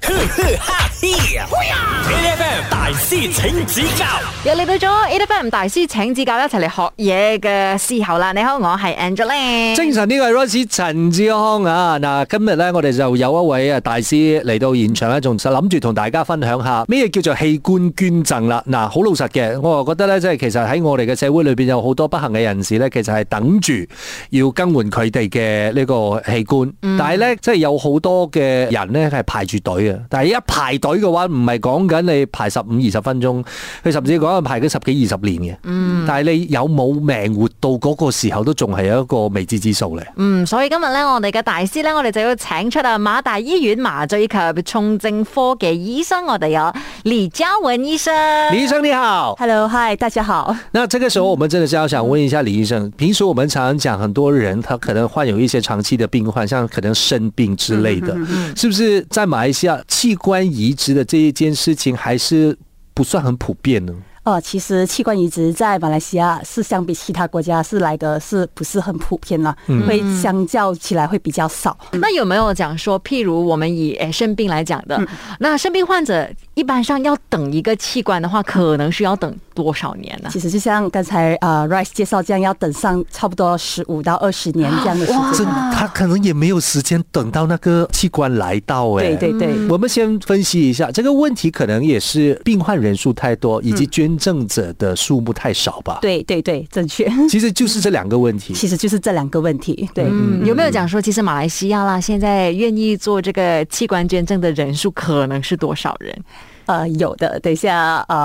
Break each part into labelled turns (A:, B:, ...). A: 哈 F M 大師請指教
B: 又嚟到咗 A F M 大師請指教，一齊嚟學嘢嘅時候啦！你好，我係 Angeline。
C: 精神呢位 Royce 陳志康啊，嗱，今日咧我哋就有一位啊大師嚟到現場咧，仲就諗住同大家分享下咩叫做器官捐贈啦。嗱，好老實嘅，我啊覺得咧，即係其實喺我哋嘅社會裏邊有好多不幸嘅人士咧，其實係等住要更換佢哋嘅呢個器官，但係咧即係有好多嘅人咧係排住隊嘅，但係一排隊嘅話唔係講緊你排十五二十分鐘，佢甚至講緊排緊十幾二十年嘅。但係你有冇命活到嗰個時候都仲係一個未知之數咧。
B: 嗯，所以今日咧，我哋嘅大師咧，我哋就要請出啊馬大醫院麻醉及重症科嘅醫生，我哋有李嘉文醫生。
C: 李醫生你好，
B: Hello，嗨，大家好。
C: 那這個時候我們真的是要想問一下李醫生，平時我們常常講，很多人他可能患有一些長期的病患，像可能腎病之類的，是不是在馬來西亞器官移植的這一件事情還是不算很普遍呢？
D: 哦，其实器官移植在马来西亚是相比其他国家是来的是不是很普遍了？会相较起来会比较少。
B: 那有没有讲说，譬如我们以诶生病来讲的，那生病患者一般上要等一个器官的话，可能需要等多少年呢、
D: 其实就像刚才啊、呃 Rice 介绍这样，要等上差不多十五到二十年这样的时
C: 真
D: 间。
C: 他可能也没有时间等到那个器官来到哎、
D: 对对对。
C: 我们先分析一下这个问题，可能也是病患人数太多，以及捐赠者的数目太少吧。
D: 对对对，正确，
C: 其实就是这两个问题。
D: 其实就是这两个问题。对，
B: 嗯，有没有讲说，其实马来西亚啦，现在愿意做这个器官捐赠的人数可能是多少人？
D: 呃，有的，等一下，呃，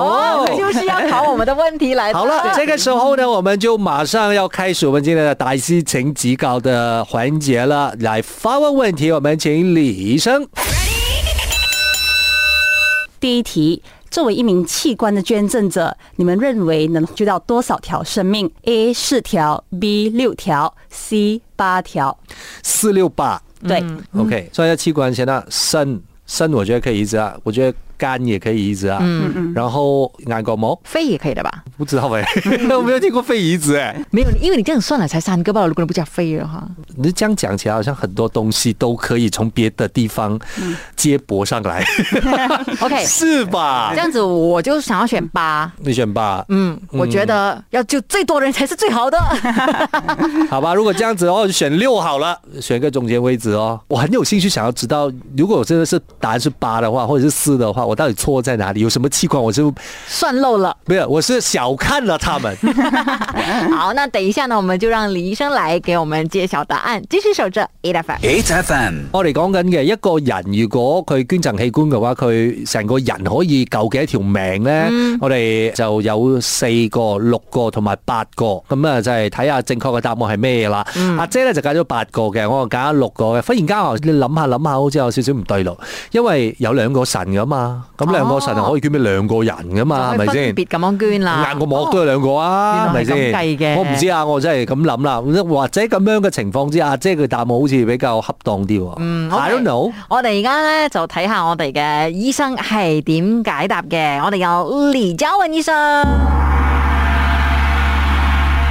C: 哦
B: 就是要考我们的问题 来的。
C: 好 了，这个时候呢，我们就马上要开始我们今天的大师请指教的环节了。来发问问题，我们请李医生。
D: 第一题，作为一名器官的捐赠者，你们认为能救到多少条生命？A 四条，B 六条，C 八条。
C: 四六八
D: 对，
B: 嗯
C: ，OK，算一下器官先啊，肾肾我觉得可以移植啊，我觉得肝也可以移植啊，
B: 嗯
C: 然后眼角膜
B: 肺也可以的吧？
C: 不知道哎、
B: 嗯
C: 我没有听过肺移植哎、
B: 没有，因为你这样算了才三个吧。如果你不加肺的话，
C: 你这样讲起来，好像很多东西都可以从别的地方接驳上来，
B: OK
C: 是吧
B: 哎这？样子我就想要选八。
C: 你选吧，
B: 嗯，我觉得要救最多的人才是最好的。
C: 好吧。如果这样子哦，就选六好了，选个中间位置哦。我很有兴趣想要知道，如果我真的是答案是八的话，或者是四的话，我到底错在哪里？有什么器官我是
B: 算漏了。
C: 没有？我是小看了他们。
B: 好，那等一下呢，我们就让李医生来给我们揭晓答案。继续守着 A F M。
A: ，H F M
C: 我哋講緊嘅一個人，如果佢捐贈器官嘅話，佢成個人可以救幾多條命呢？我哋就有四個、六個同埋八個，咁啊就係睇下正確嘅答案係咩啦。阿姐咧就揀咗八個嘅，我就揀咗六個嘅。忽然間我你諗下諗下，好似有少少唔對路，因為有兩個腎噶嘛，咁兩個腎係可以捐俾兩個人噶嘛，係咪
B: 分
C: 先？
B: 別咁樣捐啦。
C: 硬個膜都有兩個啊，
B: 哦
C: 係咪
B: 原來係咁計嘅
C: 先？我唔知啊，我真係咁諗啦。或者咁樣嘅情況之下，即係佢答案好似比較恰當啲喎。
B: 嗯
C: I
B: ，OK
C: don't know。
B: 我哋而家咧就睇下我哋嘅醫生係點解答嘅。我哋有李嘉文醫生，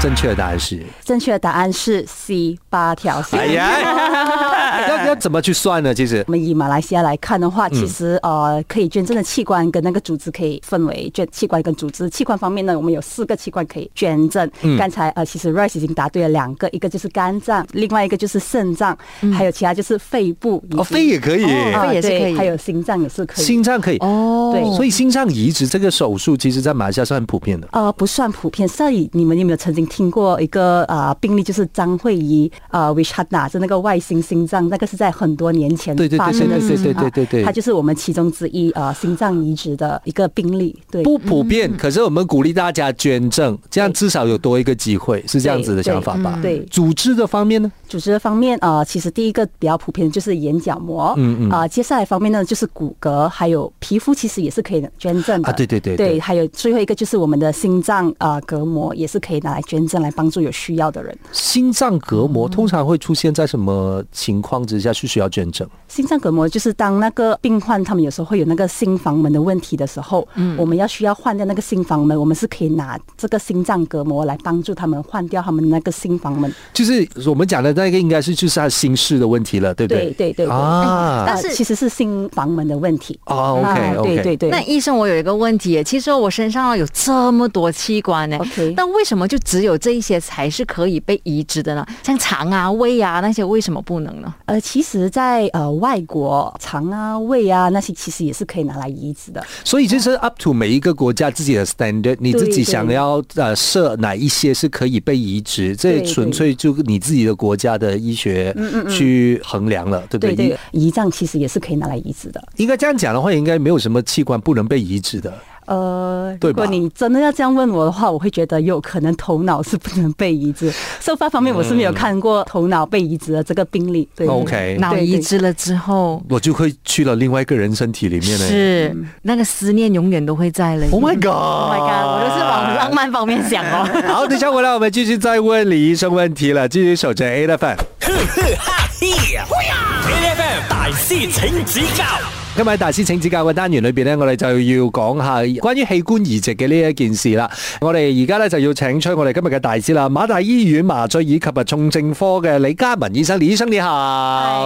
C: 正確的答案是，
D: 正确的答案是 C 八条线。
C: 哎呀， 要要怎麼去算呢？其實
B: 嗯
D: 我们以马来西亚来看的话，其实呃，可以捐赠的器官跟那个组织可以分为捐器官跟组织。器官方面呢，我们有四个器官可以捐赠。
B: 嗯
D: 刚才呃，其实 Rice 已经答对了两个，一个就是肝脏，另外一个就是肾脏，还有其他就是肺部以及。
C: 哦，肺也可以，
B: 嗯哦肺也是
D: 对
B: 可以
D: 还有心脏也是可以。
C: 心臟可以。
B: 哦
D: 对
C: 所以心臟移植这個手術，其實在馬來西亞是很普遍的。
D: 呃，不算普遍。所以你们有没有曾经听过一个呃病例，就是张慧仪呃 w i s h a d a 是那个外星心脏，那个是在很多年前
C: 对对对
D: 发生的
C: 对
D: 事
C: 对
D: 情啊
C: 对对对对
D: 它就是我们其中之一呃心脏移植的一个病例。对，
C: 不普遍，
B: 嗯
C: 可是我們鼓勵大家捐贈，這樣至少有多一個機會，是這樣子的想法
B: 嗯
C: 吧？
D: 对对
C: 組織的方面呢？
D: 组织方面呃，其实第一个比较普遍的就是眼角膜，
C: 嗯嗯
D: 啊、接下来方面呢就是骨骼，还有皮肤，其实也是可以捐赠的。
C: 啊对对对对
D: 对，还有最后一个就是我们的心脏啊隔膜，也是可以拿来捐赠，来帮助有需要的人。
C: 心脏隔膜通常会出现在什么情况之下是需要捐赠？
D: 心脏梗膜就是当那个病患他们有时候会有那个心房门的问题的时候，嗯，我们要需要换掉那个心房门，我们是可以拿这个心脏隔膜来帮助他们换掉他们那个心房门。
C: 就是我们讲的那个，应该是就是他心室的问题了，对不对？
D: 对对对对
C: 啊
B: 但
D: 但
B: 是
D: 是其实是心房门的问题。
C: 啊，OK
D: 啊
C: OK，
D: 对对对，
B: 那医生，我有一个问题耶，其实我身上有这么多器官呢
D: OK
B: 但为什么就只有这一些才是可以被移植的呢？像肠啊、胃啊那些为什么不能呢？
D: 呃，其实在，呃外国肠啊、胃啊那些，其实也是可以拿来移植的。
C: 所以这是 up to 每一个国家自己的 standard，你自己想要呃设哪一些是可以被移植，这
D: 对对
C: 纯粹就你自己的国家的医学去衡量了，对不
D: 对
C: 对？
D: 对，胰脏其实也是可以拿来移植的。
C: 应该这样讲的话，应该没有什么器官不能被移植的。
D: 呃，
C: 对
D: 如
C: 吧
D: 果你真的要这样问我的话，我会觉得有可能头脑是不能被移 植。受发方面，我是没有看过头脑被移植的这个病例。对
C: 嗯 OK
B: 脑移植了之后。
C: 我就会去了另外一个人身体里面呢。
B: 是那个思念永远都会在了。
C: Oh my god！
B: Oh my god！我都是往浪漫方面想哦。
C: 好，等一下回来我们继续再问李医生问题了，继续守着 A 的饭。
A: 哈嘿呀！A F M 大师请指教
C: 今日大師請指教嘅單元裏邊咧，我哋就要講下關於器官移植嘅呢一件事啦。我哋而家咧就要請出我哋今日嘅大師啦，馬大醫院麻醉以及啊重症科嘅李嘉文醫生，李醫生你好。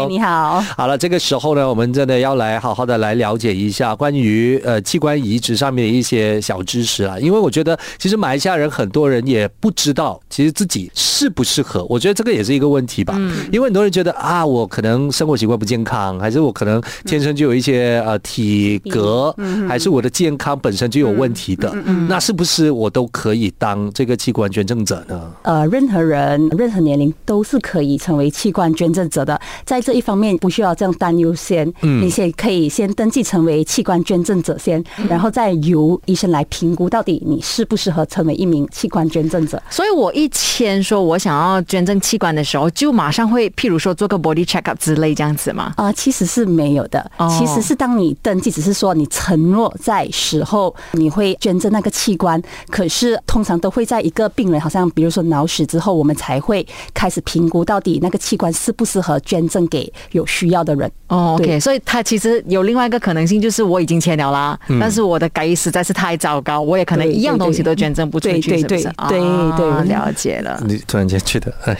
D: 嗨，你好。
C: 好了，这个时候呢，我们真的要来好好的来了解一下关于呃器官移植上面的一些小知识啊，因为我觉得其实马来西亚人很多人也不知道，其实自己适不适合，我觉得这个也是一个问题吧。因为很多人觉得啊，我可能生活习惯不健康，还是我可能天生就有一些呃体格，还是我的健康本身就有问题的，那是不是我都可以当这个器官捐赠者呢？
D: 呃，任何人、任何年龄都是可以成为器官捐赠者的，在这一方面不需要这样担忧先，
C: 嗯
D: 你先可以先登记成为器官捐赠者先，然后再由医生来评估到底你适不适合成为一名器官捐赠者。
B: 所以我一签说我想要捐赠器官的时候，就马上会，譬如说做个 body check up 之类这样子嘛。
D: 啊、其实是没有的
B: 哦，
D: 其实是当你登记，只是说你承诺在死后你会捐赠那个器官，可是通常都会在一个病人好像比如说脑死之后，我们才会开始评估到底那个器官适不适合捐赠给有需要的人。
B: 哦、o
D: 对
B: k 所以它其实有另外一个可能性，就是我已经签了啦，但是我的改实在是太糟糕，我也可能
D: 嗯对
B: 一样
D: 对
B: 东西
D: 对
B: 都捐赠不出去，
D: 对对对
B: 是不是？
D: 对对
B: 啊了解 了，
C: 你突然间觉得，哎，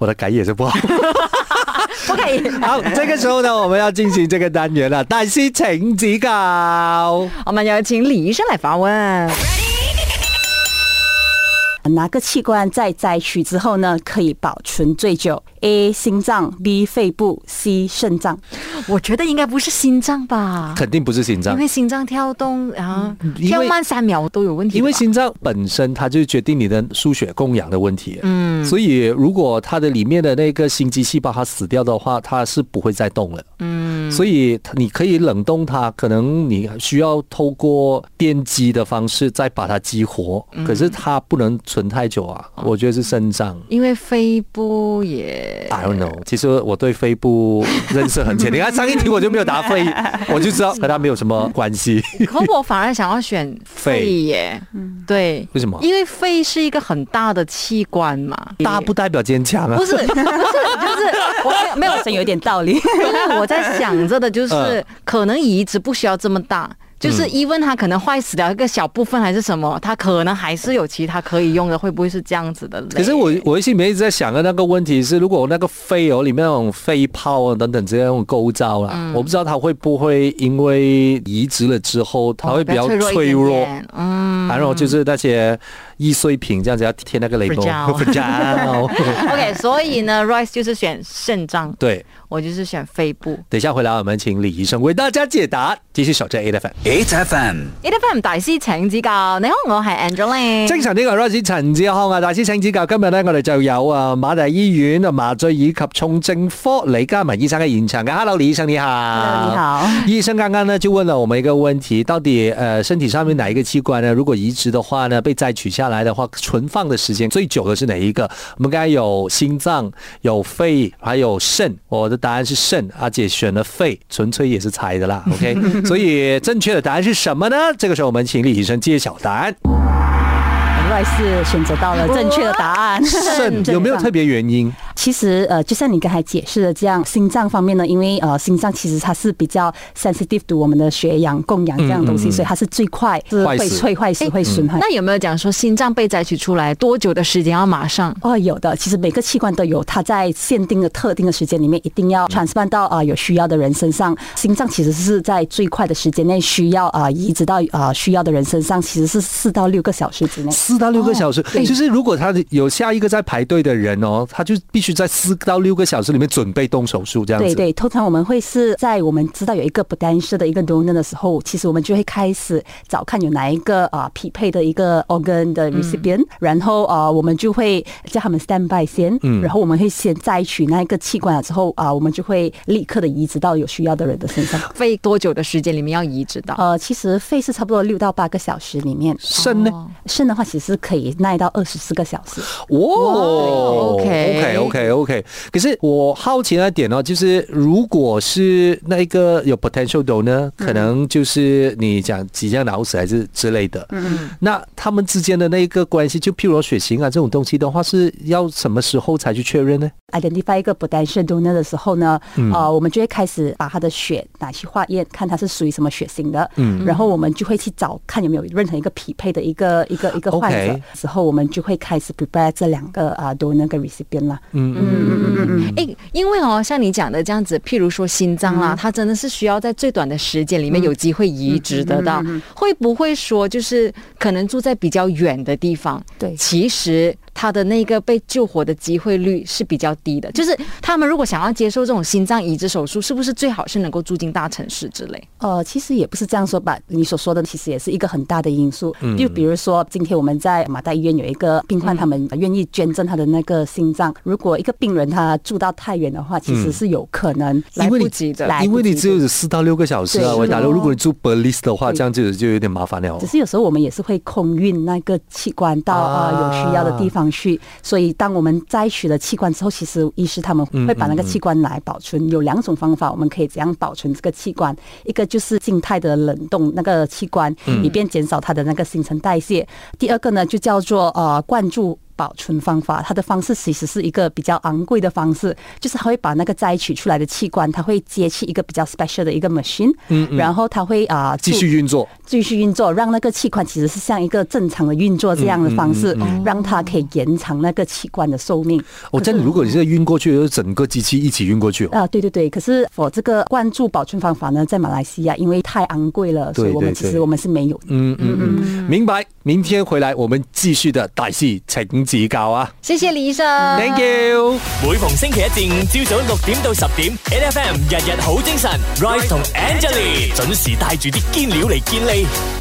C: 我的改也是不好。
B: 不可以。
C: 好，这个时候呢，我们要进行这个单元了。大师请指教。
B: 我们有请李医生来发问。
D: 哪个器官在摘取之后呢，可以保存最久？A. 心脏，B. 肺部，C. 肾脏。
B: 我觉得应该不是心脏吧，
C: 肯定不是心
B: 因
C: 脏，
B: 为心脏跳动啊，
C: 因
B: 跳
C: 为
B: 慢三秒都有问题吧。
C: 因为心脏本身它就决定你的输血供氧的问题。嗯，所以如果它的里面的那个心肌细胞它死掉的话，它是不会再动了。嗯，所以它你可以冷冻它，可能你需要透过电击的方式再把它激活，可是它不能存太久啊。我觉得是肾脏。
B: 因为肺部也
C: I don't know，其实我对肺部认识 很浅。你看上一题我就没有答肺，我就知道和它没有什么关系。
B: 可我反而想要选肺耶，对，
C: 为什么
B: 因为肺是一个很大的器官嘛，
C: 大不代表坚强啊
B: 不。是不是就是我没有没有
D: 好像有点道理。
B: 因为我在想着的就是
C: 嗯，
B: 可能移植不需要这么大，就是
C: 嗯
B: even 它可能坏死掉一个小部分还是什么，它可能还是有其他可以用的，会不会是这样子的嘞？哦
C: 可是我我心里面一直在想的那个问题是，如果那个肺哦里面那种肺泡啊等等这种构造啦，
B: 嗯
C: 我不知道它会不会因为移植了之后，它会比较
B: 哦
C: 脆
B: 一
C: 弱
B: 点。点嗯。
C: 然后就是那些易碎品这样子要贴那个雷
B: 不
C: 诺
B: 叫，
C: 不 叫
B: OK，所以呢，Rice 就是选肾脏，
C: 对，
B: 我就是选肺部。
C: 等一下回来我们请李医生为大家解答。继续守着 A 的粉。
A: ，H F M。
B: e f m 大師請指教，你好，我係 Angeline。
C: 精神呢個 Rosie 陳志康啊，大師請指教。今日咧，我哋就有啊馬大醫院啊麻醉以及重症科李嘉文醫生嘅現場嘅。Hello，李醫生你好。
D: Hello，你好。
C: 醫生剛剛呢就問了我們一個問題，到底呃身體上面哪一個器官呢？如果移植的話呢，被摘取下來的話，存放的時間最久的是哪一個？我們剛才有心臟、有肺，還有腎。我的答案是啊腎，阿姐選了肺，純粹也是猜的啦。OK，所以正確的答案是什麼呢？這個時候我們請李醫生揭曉答案。
B: 我
D: 块是选择到了正确的答案。
C: 肾有没有特别原因？
D: 其实呃，就像你刚才解释的这样，心脏方面呢，因为呃，心脏其实它是比较 sensitive to 我们的血氧供氧这样的东西，所以它是最快是
C: 嗯坏
D: 会
C: 死嗯
D: 脆坏死、会损害。
B: 那有没有讲说心脏被摘取出来多久的时间要马上？
D: 哦，有的，其实每个器官都有，它在限定的特定的时间里面，一定要 transplant 到啊、呃有需要的人身上。心脏其实是在最快的时间内需要啊、呃移植到啊、呃需要的人身上，其实是四到六个小时之内。
C: 四到六个小时，就是如果他有下一个在排队的人哦，他就必须在四到六个小时里面准备动手术这样子。
D: 对对，通常我们会是在我们知道有一个 potential 的一个 donor 的时候，其实我们就会开始找看有哪一个啊、呃匹配的一个 organ 的
C: 嗯
D: recipient，、然后啊、呃我们就会叫他们 stand by 先，然后我们会先摘取那一个器官了之后啊、我们就会立刻的移植到有需要的人的身上。
B: 费多久的时间里面要移植到？
D: 呃，其实肺是差不多六到八个小时里面，
C: 肾呢？
D: 肾的话其实可以耐到二十四个小时。
C: 哦
B: OK
C: OK OK OK。可是我好奇那点哦，就是如果是那一个有 potential donor，呢，可能就是你讲即将脑死还是之类的，嗯，那他们之间的那一个关系，就譬如说血型啊这种东西的话，是要什么时候才去确认呢？
D: identify 一个 potential donor 的时候呢，呃，我们就会开始把他的血拿去化验，看他是属于什么血型的，嗯，然后我们就会去找看有没有任何一个匹配的一个一个一个患者
C: OK
D: 之后，我们就会开始 prepare 这两个啊、donor 跟 recipient 啦。
B: 诶，因为哦，像你讲的这样子，譬如说心脏啦，它真的是需要在最短的时间里面有机会移植得到。会不会说，就是可能住在比较远的地方，
D: 对
B: 其实它的那个被救活的机会率是比较低的。就是他们如果想要接受这种心脏移植手术，是不是最好是能够住进大城市之类？
D: 呃，其实也不是这样说吧，你所说的其实也是一个很大的因素。就比如说，今天我们在马大医院有一个病患，他们呃愿意捐赠他的那个心脏。如果一个病人他住到太远的话，其实是有可能
B: 因
D: 来
B: 为
D: 不
B: 你
D: 及的，来
C: 因为
D: 不及
C: 你
D: 的
C: 只有四到六个小时啊，
D: 对
C: 我打
D: 是
C: 到
D: 哦
C: 如果你住 Berlin 的话，这样就就有点麻烦了哦
D: 只。是有时候我们也是会空运那个器官到
C: 啊
D: 啊、呃有需要的地方去，所以当我们摘取了器官之后，其实医师他们会把那个器官来保存。有两种方法，我们可以怎样保存这个器官？一个就是静态的冷冻那个器官，
C: 嗯
D: 以便减少它的那个新陈代谢；第二个呢，就叫做呃灌注。保存方法，它的方式其实是一个比较昂贵的方式，就是它会把那个摘取出来的器官，它会接去一个比较 special 的一个 machine，、然后它会啊、
C: 嗯继
D: 注
C: 续运作，
D: 继续运作，让那个器官其实是像一个正常的运作这样的方式，
C: 嗯
D: 让它可以延长那个器官的寿命。
C: 哦，这样如果你是运过去，就是整个机器一起运过去哦。
D: 啊、对对对，可是我这个灌注保存方法呢，在马来西亚因为太昂贵了，所以
C: 对
D: 我们
C: 对
D: 其实
C: 对
D: 我们是没有的。
C: 嗯嗯嗯，明白。明天回来我们继续的大戏请指教啊
B: 谢谢李医生
C: ，Thank you。
A: 每逢星期一至五朝早六点到十点，N F M 日日好精神，Rise 同 Angelie 准时帶住啲堅料嚟健利。